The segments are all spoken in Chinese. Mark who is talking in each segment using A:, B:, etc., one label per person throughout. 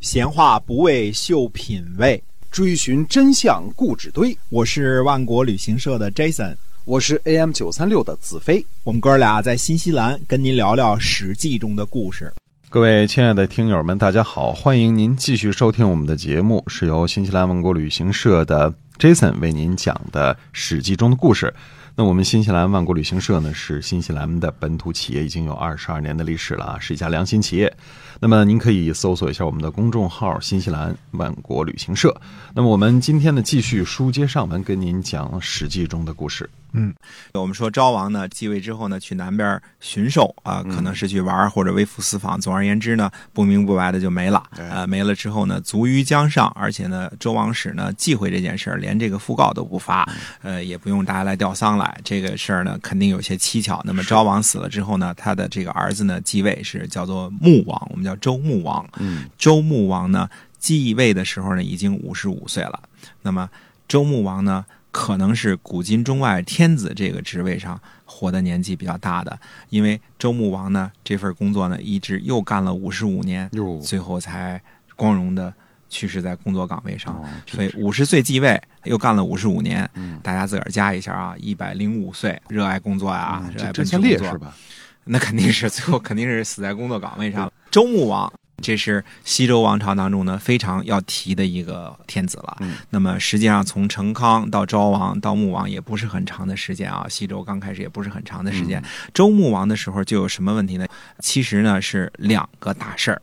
A: 闲话不为秀品味，
B: 追寻真相故纸堆。
A: 我是万国旅行社的 Jason，
B: 我是 AM 九三六的子飞。
A: 我们哥俩在新西兰跟您聊聊《史记》中的故事。
C: 各位亲爱的听友们，大家好，欢迎您继续收听我们的节目，是由新西兰万国旅行社的 Jason 为您讲的《史记》中的故事。那我们新西兰万国旅行社呢，是新西兰的本土企业，已经有二十二年的历史了啊，是一家良心企业。那么您可以搜索一下我们的公众号“新西兰万国旅行社”。那么我们今天呢，继续书接上文，跟您讲《史记》中的故事。
A: 我们说昭王呢继位之后呢，去南边巡狩啊，可能是去玩儿或者微服私访。总而言之呢，不明不白的就没了。呃，没了之后呢，卒于江上，而且呢，周王室呢忌讳这件事儿，连这个讣告都不发，呃，也不用大家来吊丧来。这个事儿呢，肯定有些蹊跷。那么昭王死了之后呢，他的这个儿子呢继位是叫做穆王，我们叫周穆王。
C: 嗯，
A: 周穆王呢继位的时候呢，已经五十五岁了。那么周穆王呢，可能是古今中外天子这个职位上活的年纪比较大的，因为周穆王呢这份工作呢，一直又干了五十五年，
C: 哟
A: 最后才光荣的去世在工作岗位
C: 哦
A: 上。所以
C: 以
A: 五十岁继位，又干了五十五年，
C: 嗯
A: 大家自个儿加一下啊，一百零五岁，热爱工作呀、
C: 啊，
A: 热
C: 这
A: 爱
C: 这
A: 奔
C: 些
A: 驰
C: 烈
A: 工
C: 士
A: 作，
C: 吧，
A: 那肯定是最后肯定是死在工作岗位上了。周穆王，这是西周王朝当中呢非常要提的一个天子了。
C: 嗯
A: 那么实际上从成康到昭王到穆王也不是很长的时间啊，西周刚开始也不是很长的时间。周穆王的时候就有什么问题呢？其实呢是两个大事儿。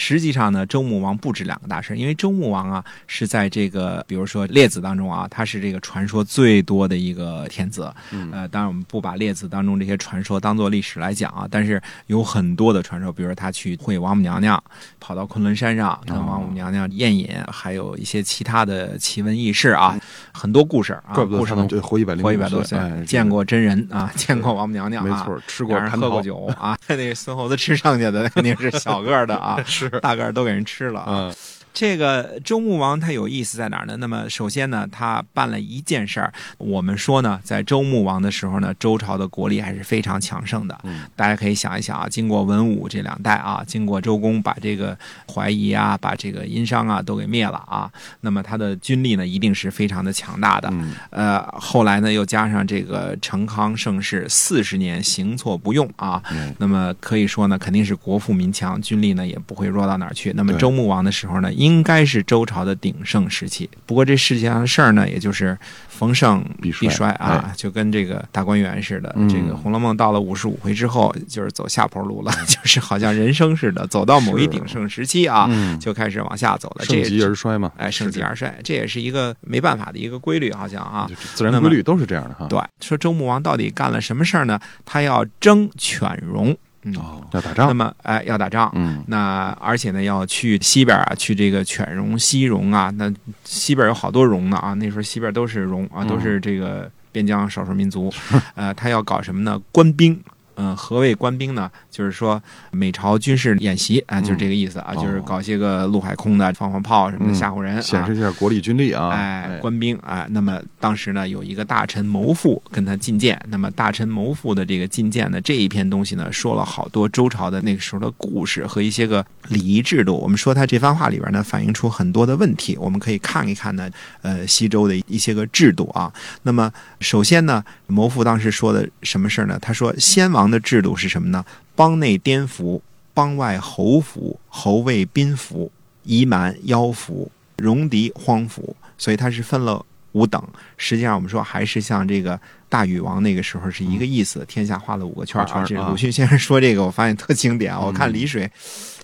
A: 实际上呢，周穆王不止两个大事儿，因为周穆王啊是在这个，比如说列子当中啊，他是这个传说最多的一个天子。
C: 嗯
A: 呃，当然我们不把列子当中这些传说当做历史来讲啊，但是有很多的传说，比如说他去会王母娘娘，跑到昆仑山上
C: 哦
A: 跟王母娘娘宴饮，还有一些其他的奇闻异事啊，很多故事啊，
C: 嗯怪不得
A: 故
C: 他
A: 事
C: 能
A: 能
C: 这活一百零
A: 活一百多
C: 岁，哎
A: 岁，见。过真人啊，见过王母娘
C: 这
A: 娘
C: 没
A: 啊，
C: 错，吃过
A: 俩人
C: 蟠
A: 喝过
C: 桃，，
A: 酒啊， 那孙猴子吃剩下的肯定是小个儿的啊
C: 是
A: 大个儿都给人吃了啊。
C: 嗯
A: 这个周穆王他有意思在哪儿呢？那么首先呢，他办了一件事儿。我们说呢，在周穆王的时候呢，周朝的国力还是非常强盛的。
C: 嗯
A: 大家可以想一想啊，经过文武这两代啊，经过周公把这个怀疑啊，把这个殷商啊都给灭了啊，那么他的军力呢，一定是非常的强大的。
C: 嗯，
A: 呃，后来呢，又加上这个成康盛世四十年行错不用啊，
C: 嗯
A: 那么可以说呢，肯定是国富民强，军力呢也不会弱到哪儿去。那么
C: 对
A: 周穆王的时候呢，应该是周朝的鼎盛时期。不过这世界上的事儿呢，也就是逢盛
C: 必衰
A: 必衰啊，就跟这个大观园似的。
C: 哎嗯
A: 这个《红楼梦》到了五十五回之后，就是走下坡路了，
C: 嗯
A: 就是好像人生似的，走到某一
C: 是
A: 鼎盛时期啊，
C: 嗯
A: 就开始往下走了。这
C: 盛
A: 也
C: 极
A: 是
C: 而衰嘛，
A: 哎，盛极
C: 是
A: 而衰，这也是一个没办法的一个规律，好像啊。
C: 这自然规律都是这样的哈。
A: 对，说周穆王到底干了什么事儿呢？他要争犬戎，嗯，
C: 哦，要打
A: 那
C: 仗，
A: 么哎、要打仗。
C: 嗯，
A: 那而且呢，要去西边啊，去这个犬戎、西戎啊。那西边有好多戎呢啊，那时候西边都是戎啊，
C: 嗯
A: 都是这个边疆少数民 族。呃，他要搞什么呢？官兵。嗯，何谓官兵呢？就是说每朝军事演习啊，就是这个意思啊，
C: 嗯
A: 就是
C: 哦
A: 搞些个陆海空的放放炮什么
C: 嗯
A: 的吓唬人啊。
C: 显示一下国力军力啊。
A: 哎，官兵啊、哎那么当时呢，有一个大臣谋父跟他进谏，那么大臣谋父的这个进谏呢，这一篇东西呢，说了好多周朝的那个时候的故事和一些个礼仪制度。我们说他这番话里边呢，反映出很多的问题。我们可以看一看呢，呃，西周的一些个制度啊。那么首先呢，谋父当时说的什么事儿呢？他说，先王的制度是什么呢？邦内颠服，邦外侯服，侯卫宾服，夷蛮妖服，戎狄荒服。所以它是分了五等。实际上，我们说还是像这个大禹王那个时候是一个意思，天下画了五个圈儿
C: 嗯五个
A: 啊
C: 圈儿。
A: 这
C: 啊
A: 鲁迅先生说这个，我发现特经典啊。
C: 嗯
A: 我看《丽水》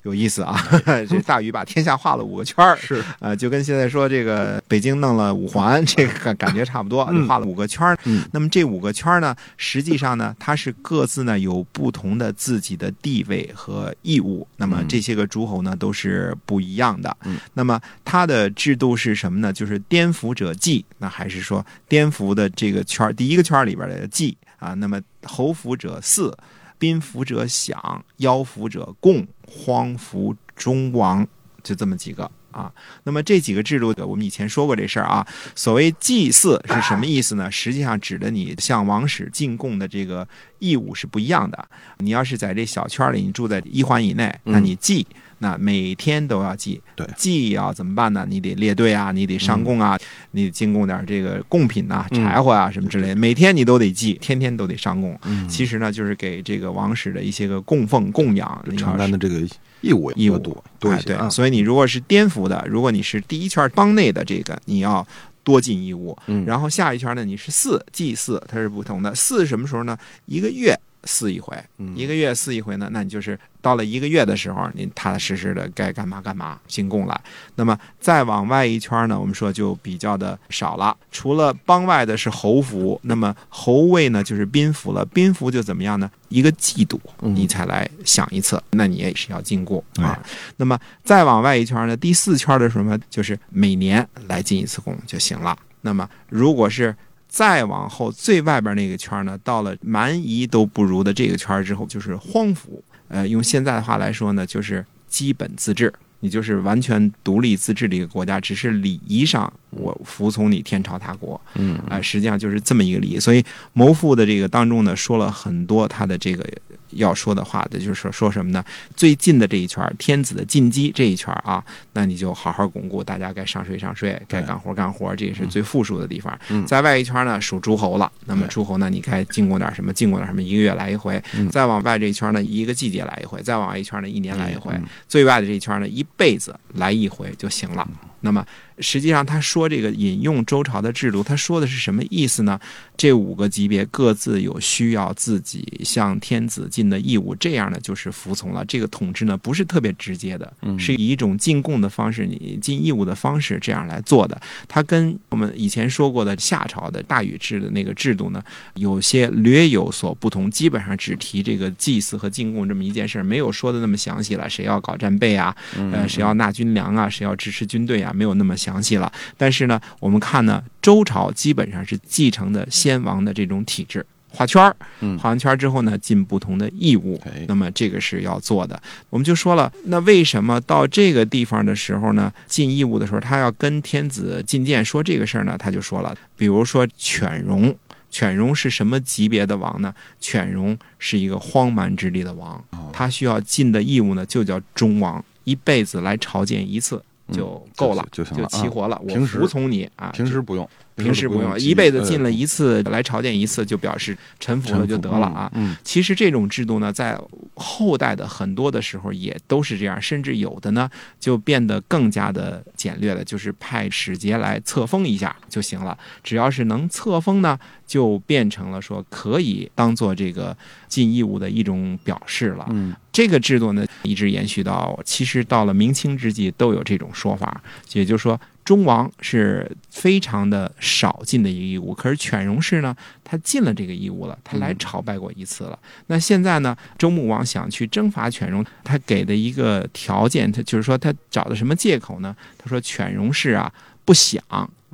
A: 有意思啊， 这大禹把天下画了五个圈儿，
C: 是
A: 呃，就跟现在说这个北京弄了五环，这个感感觉差不多，
C: 嗯
A: 就画了五个圈儿。
C: 嗯
A: 那么这五个圈儿呢，实际上呢，它是各自呢有不同的自己的地位和义务。那么
C: 嗯
A: 这些个诸侯呢都是不一样的。
C: 嗯
A: 那么它的制度是什么呢？就是颠覆者计，那还是说颠覆的这个圈儿，第一个圈儿里边的计啊。那么侯服者祀，宾服者享，妖服者共，荒服中王，就这么几个啊。那么这几个制度，我们以前说过这事儿啊。所谓祭祀是什么意思呢？实际上指的你向王室进贡的这个义务是不一样的。你要是在这小圈儿里，你住在一环以内，那你祭。那每天都要祭。
C: 嗯对
A: 祭要怎么办呢？你得列队啊，你得上供啊，你得进贡点这个贡品呐、
C: 嗯
A: 柴火啊什么之类的，每天你都得祭，天天都得上供。
C: 嗯，
A: 其实呢，就是给这个王室的一些个供奉供养，你要
C: 承担
A: 是
C: 的这个义务
A: 义
C: 也
A: 务
C: 多多多一
A: 哎
C: 些
A: 对，
C: 啊。
A: 所以你如果是颠覆的，如果你是第一圈帮内的这个，你要多进一物。
C: 嗯
A: 然后下一圈呢，你是四祭祀，它是不同的。四什么时候呢？一个月四一回，
C: 嗯
A: 一个月四一回呢，那你就是到了一个月的时候，你踏踏实实的该干嘛干嘛进贡了。那么再往外一圈呢，我们说就比较的少了。除了帮外的是侯服，那么侯位呢就是宾服了。宾服就怎么样呢？一个季度
C: 嗯
A: 你才来享一次，那你也是要进贡啊
C: 哎。
A: 那么再往外一圈呢，第四圈的什么就是每年来进一次贡就行了。那么如果是再往后最外边那个圈儿呢，到了蛮夷都不如的这个圈儿之后，就是荒服。呃，用现在的话来说呢，就是基本自治，你就是完全独立自治的一个国家，只是礼仪上我服从你天朝大国。
C: 嗯
A: 啊、实际上就是这么一个理。所以谋父的这个当中呢，说了很多他的这个要说的话的，就是说说什么呢？最近的这一圈儿，天子的进击这一圈儿啊，那你就好好巩固，大家该上税上税，该干活干活，这也是最富庶的地方。
C: 嗯
A: 在外一圈儿呢，属诸侯了，那么
C: 对
A: 诸侯呢，你该进贡点什么，进贡点什么，一个月来一回；
C: 嗯
A: 再往外这一圈儿呢，一个季节来一回；再往外一圈儿呢，一年来一回。
C: 嗯
A: 最外的这一圈呢，一辈子来一回就行了。那么实际上他说这个引用周朝的制度，他说的是什么意思呢？这五个级别各自有需要自己向天子尽的义务，这样呢就是服从了。这个统治呢不是特别直接的，
C: 嗯
A: 是以一种进贡的方式，你尽义务的方式这样来做的。它跟我们以前说过的夏朝的大禹制的那个制度呢，有些略有所不同，基本上只提这个祭祀和进贡这么一件事，儿，没有说的那么详细了。谁要搞战备啊？呃，谁要纳军粮啊？谁要支持军队啊？没有那么详细了。但是呢，我们看呢，周朝基本上是继承的先王的这种体制。画圈儿
C: 嗯，
A: 画完圈儿之后呢，尽不同的义务。
C: 哎
A: 那么这个是要做的。我们就说了，那为什么到这个地方的时候呢，尽义务的时候，他要跟天子进谏说这个事儿呢？他就说了，比如说犬戎，犬戎是什么级别的王呢？犬戎是一个荒蛮之地的王，
C: 哦
A: 他需要尽的义务呢，就叫忠王，一辈子来朝见一次
C: 嗯
A: 就够了，
C: 就就行
A: 就
C: 了啊
A: 齐活了，我
C: 平时
A: 服从你啊，
C: 平时不用，呃
A: 平时不用，一辈子进了一次来朝见一次，就表示臣服了就得了啊。
C: 嗯，
A: 其实这种制度呢，在后代的很多的时候也都是这样，甚至有的呢就变得更加的简略了，就是派使节来册封一下就行了。只要是能册封呢，就变成了说可以当做这个尽义务的一种表示了。
C: 嗯，
A: 这个制度呢，一直延续到其实到了明清之际都有这种说法，也就是说。忠王是非常的少尽的一个义务，可是犬戎氏呢，他尽了这个义务了，他来
C: 嗯
A: 朝拜过一次了。那现在呢，周穆王想去征伐犬戎，他给的一个条件，他就是说他找的什么借口呢？他说犬戎氏啊不想，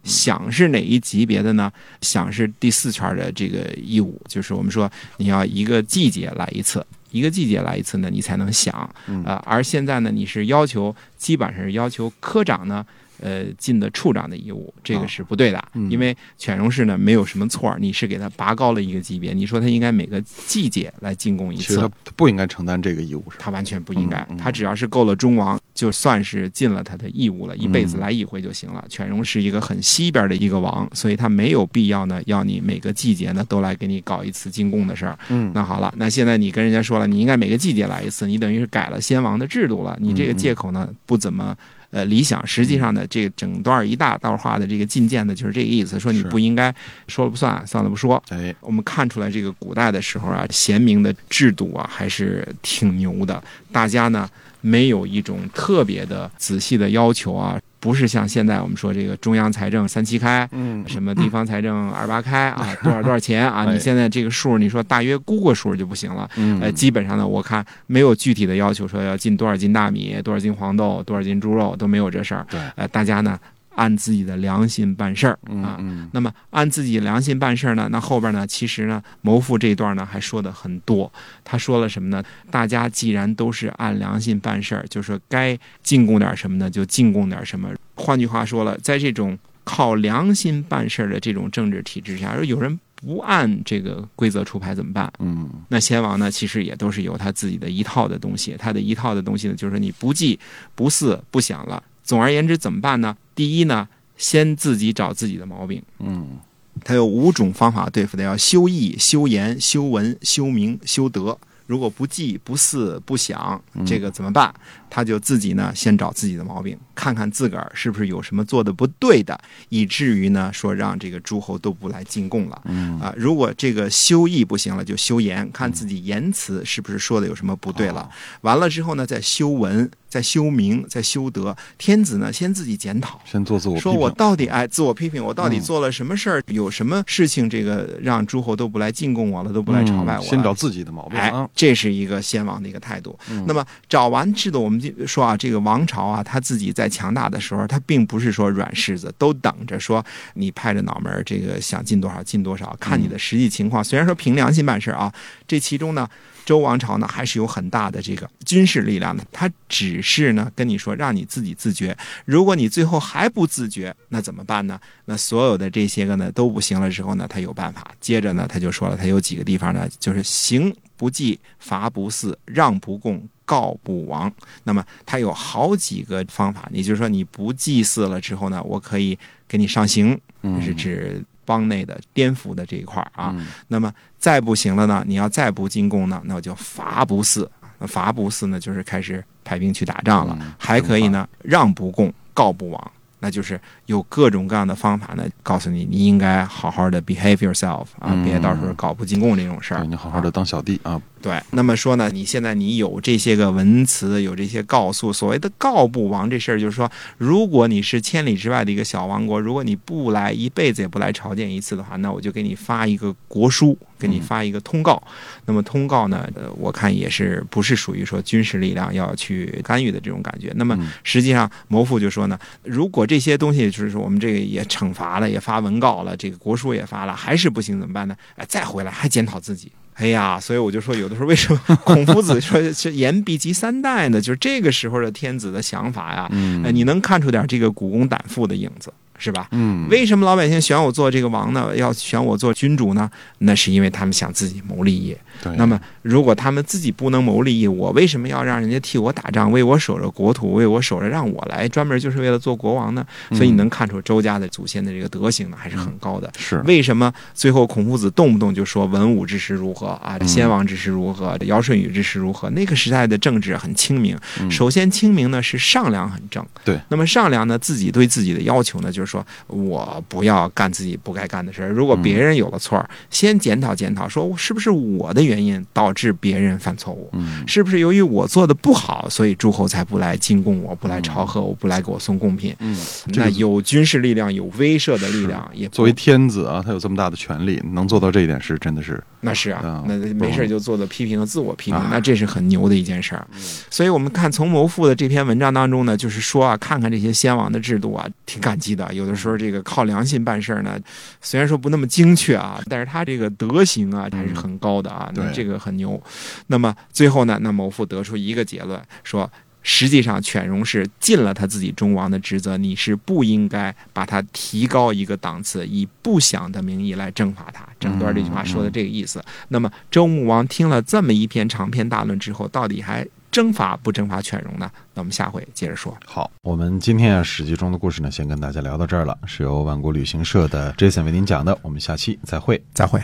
A: 想是哪一级别的呢？想是第四圈的这个义务，就是我们说你要一个季节来一次，一个季节来一次呢，你才能想
C: 嗯。
A: 呃，而现在呢，你是要求基本上是要求科长呢。呃，尽的处长的义务，这
C: 啊
A: 个是不对的，
C: 嗯
A: 因为犬戎氏呢没有什么错儿，你是给他拔高了一个级别，你说他应该每个季节来进贡一
C: 其
A: 次
C: 实，他他不应该承担这个义务，是吧？
A: 他完全不应该
C: 嗯嗯，
A: 他只要是够了忠王，就算是尽了他的义务了，一辈子
C: 嗯
A: 来一回就行了。犬戎是一个很西边的一个王，所以他没有必要呢，要你每个季节呢都来给你搞一次进贡的事儿。
C: 嗯
A: 那好了，那现在你跟人家说了，你应该每个季节来一次，你等于是改了先王的制度了，你这个借口呢不怎么。呃，理想实际上呢，这整段一大道话的这个进谏呢，就是这个意思，说你
C: 是
A: 不应该说了不算，算了不说，
C: 哎，
A: 我们看出来，这个古代的时候啊，贤明的制度啊，还是挺牛的。大家呢，没有一种特别的仔细的要求啊，不是像现在我们说这个中央财政三七开，
C: 嗯
A: 什么地方财政二八 开啊，多少多少钱啊？
C: 哎
A: 你现在这个数，你说大约估个数就不行了。
C: 嗯
A: 呃，基本上呢，我看没有具体的要求说要进多少斤大米、多少斤黄豆、多少斤猪肉都没有这事儿。
C: 对
A: 呃，大家呢按自己的良心办事儿啊。
C: 嗯
A: 那么按自己良心办事儿呢，那后边呢，其实呢，谋父这一段呢还说的很多。他说了什么呢？大家既然都是按良心办事儿，就说该进贡点什么呢，就进贡点什么。换句话说了，在这种靠良心办事儿的这种政治体制下，说有人不按这个规则出牌怎么办？
C: 嗯
A: 那先王呢，其实也都是有他自己的一套的东西，他的一套的东西呢，就是说你不计、不思、不想了。总而言之，怎么办呢？第一呢，先自己找自己的毛病。
C: 嗯
A: 他有五种方法对付的，要修义、修言、修文、修明、修德。如果不计、不思、不想，这个怎么办？他就自己呢，先找自己的毛病，看看自个儿是不是有什么做的不对的，以至于呢，说让这个诸侯都不来进贡了。
C: 嗯
A: 啊，如果这个修义不行了，就修言，看自己言辞是不是说的有什么不对了。完了之后呢，再修文，再修明，再修德。天子呢，先自己检讨。
C: 先做自我批
A: 说我
C: 评。
A: 到底哎，自我批评，我到底
C: 嗯
A: 做了什么事儿？有什么事情这个让诸侯都不来进贡我了，都不来朝拜我了？啊
C: 嗯先找自己的毛病
A: 哎
C: 啊，，
A: 这是一个先王的一个态度。
C: 嗯
A: 那么找完制度，我们就说啊，这个王朝啊，他自己在强大的时候，他并不是说软柿子，都等着说你拍着脑门儿，这个想进多少进多少，看你
C: 嗯
A: 的实际情况。虽然说凭良心办事啊，这其中呢，周王朝呢还是有很大的这个军事力量的，他只是呢跟你说让你自己自觉。如果你最后还不自觉，那怎么办呢？那所有的这些个呢都不行了之后呢，他有办法。接着呢，他就说了，他有几个地方呢，就是刑不计，罚不肆，让不供，告不亡。那么他有好几个方法，也就是说你不祭祀了之后呢，我可以给你上刑，这是指邦内的颠覆的这一块儿啊。
C: 嗯
A: 那么再不行了呢，你要再不进贡呢，那我就罚不祀。那罚不祀呢，就是开始派兵去打仗了。
C: 嗯
A: 还可以呢，让不供，告不亡。那就是有各种各样的方法呢，告诉你你应该好好的 behave yourself 啊，
C: 嗯
A: 别到时候搞不进贡这种事儿。
C: 对你好好的当小弟啊，
A: 对，那么说呢，你现在你有这些个文词，有这些告诉，所谓的告不亡这事儿，就是说，如果你是千里之外的一个小王国，如果你不来一辈子也不来朝见一次的话，那我就给你发一个国书，给
C: 嗯
A: 你发一个通告。那么通告呢，呃，我看也是不是属于说军事力量要去干预的这种感觉。那么
C: 嗯
A: 实际上，谋父就说呢，如果这些东西就是说我们这个也惩罚了，也发文告了，这个国书也发了，还是不行怎么办呢？哎，再回来还检讨自己。哎呀，所以我就说，有的时候为什么孔夫子 说是言必及三代呢？就是这个时候的天子的想法呀，
C: 嗯
A: 哎，你能看出点这个古肱胆父的影子，是吧？
C: 嗯
A: 为什么老百姓选我做这个王呢？要选我做君主呢？那是因为他们想自己谋利益。
C: 对
A: 那么，如果他们自己不能谋利益，我为什么要让人家替我打仗，为我守着国土，为我守着，让我来专门就是为了做国王呢？所以你能看出周家的祖先的这个德行呢，还是很高的。
C: 是
A: 为什么最后孔夫子动不动就说文武之时如何啊，先王之时如何，尧舜禹之时如何？那个时代的政治很清明，
C: 嗯
A: 首先清明呢是上梁很正，
C: 对
A: 那么上梁呢自己对自己的要求呢，就是说我不要干自己不该干的事儿。如果别人有了错
C: 嗯
A: 儿，先检讨检讨，说哦是不是我的原因导致别人犯错误。
C: 嗯
A: 是不是由于我做的不好，所以诸侯才不来进贡我，不来朝贺我，不来给我送贡品？
C: 嗯，这
A: 那
C: 个
A: 有军事力量，有威慑的力量，也不
C: 作为天子啊，他有这么大的权力，能做到这一点是真的是
A: 那是啊
C: 啊，
A: 那
C: 不
A: 没
C: 容
A: 事
C: 易
A: 儿就做做批评和自我批评
C: 啊，嗯
A: 那这是很牛的一件事儿。所以我们看从谋父的这篇文章当中呢，就是说啊，看看这些先王的制度啊，挺感激的。有的时候这个靠良心办事儿呢，虽然说不那么精确啊，但是他这个德行啊还是很高的啊，那
C: 嗯对
A: 这个很牛。那么最后呢，那谋父得出一个结论说。实际上，犬戎是尽了他自己忠王的职责，你是不应该把他提高一个档次，以不祥的名义来征伐他。整段这句话说的这个意思。那么周穆王听了这么一篇长篇大论之后，到底还征伐不征伐犬戎呢？那我们下回接着说。
C: 好，我们今天啊《史记》中的故事呢，先跟大家聊到这儿了，是由万国旅行社的 Jason 为您讲的，我们下期再会。
A: 再会。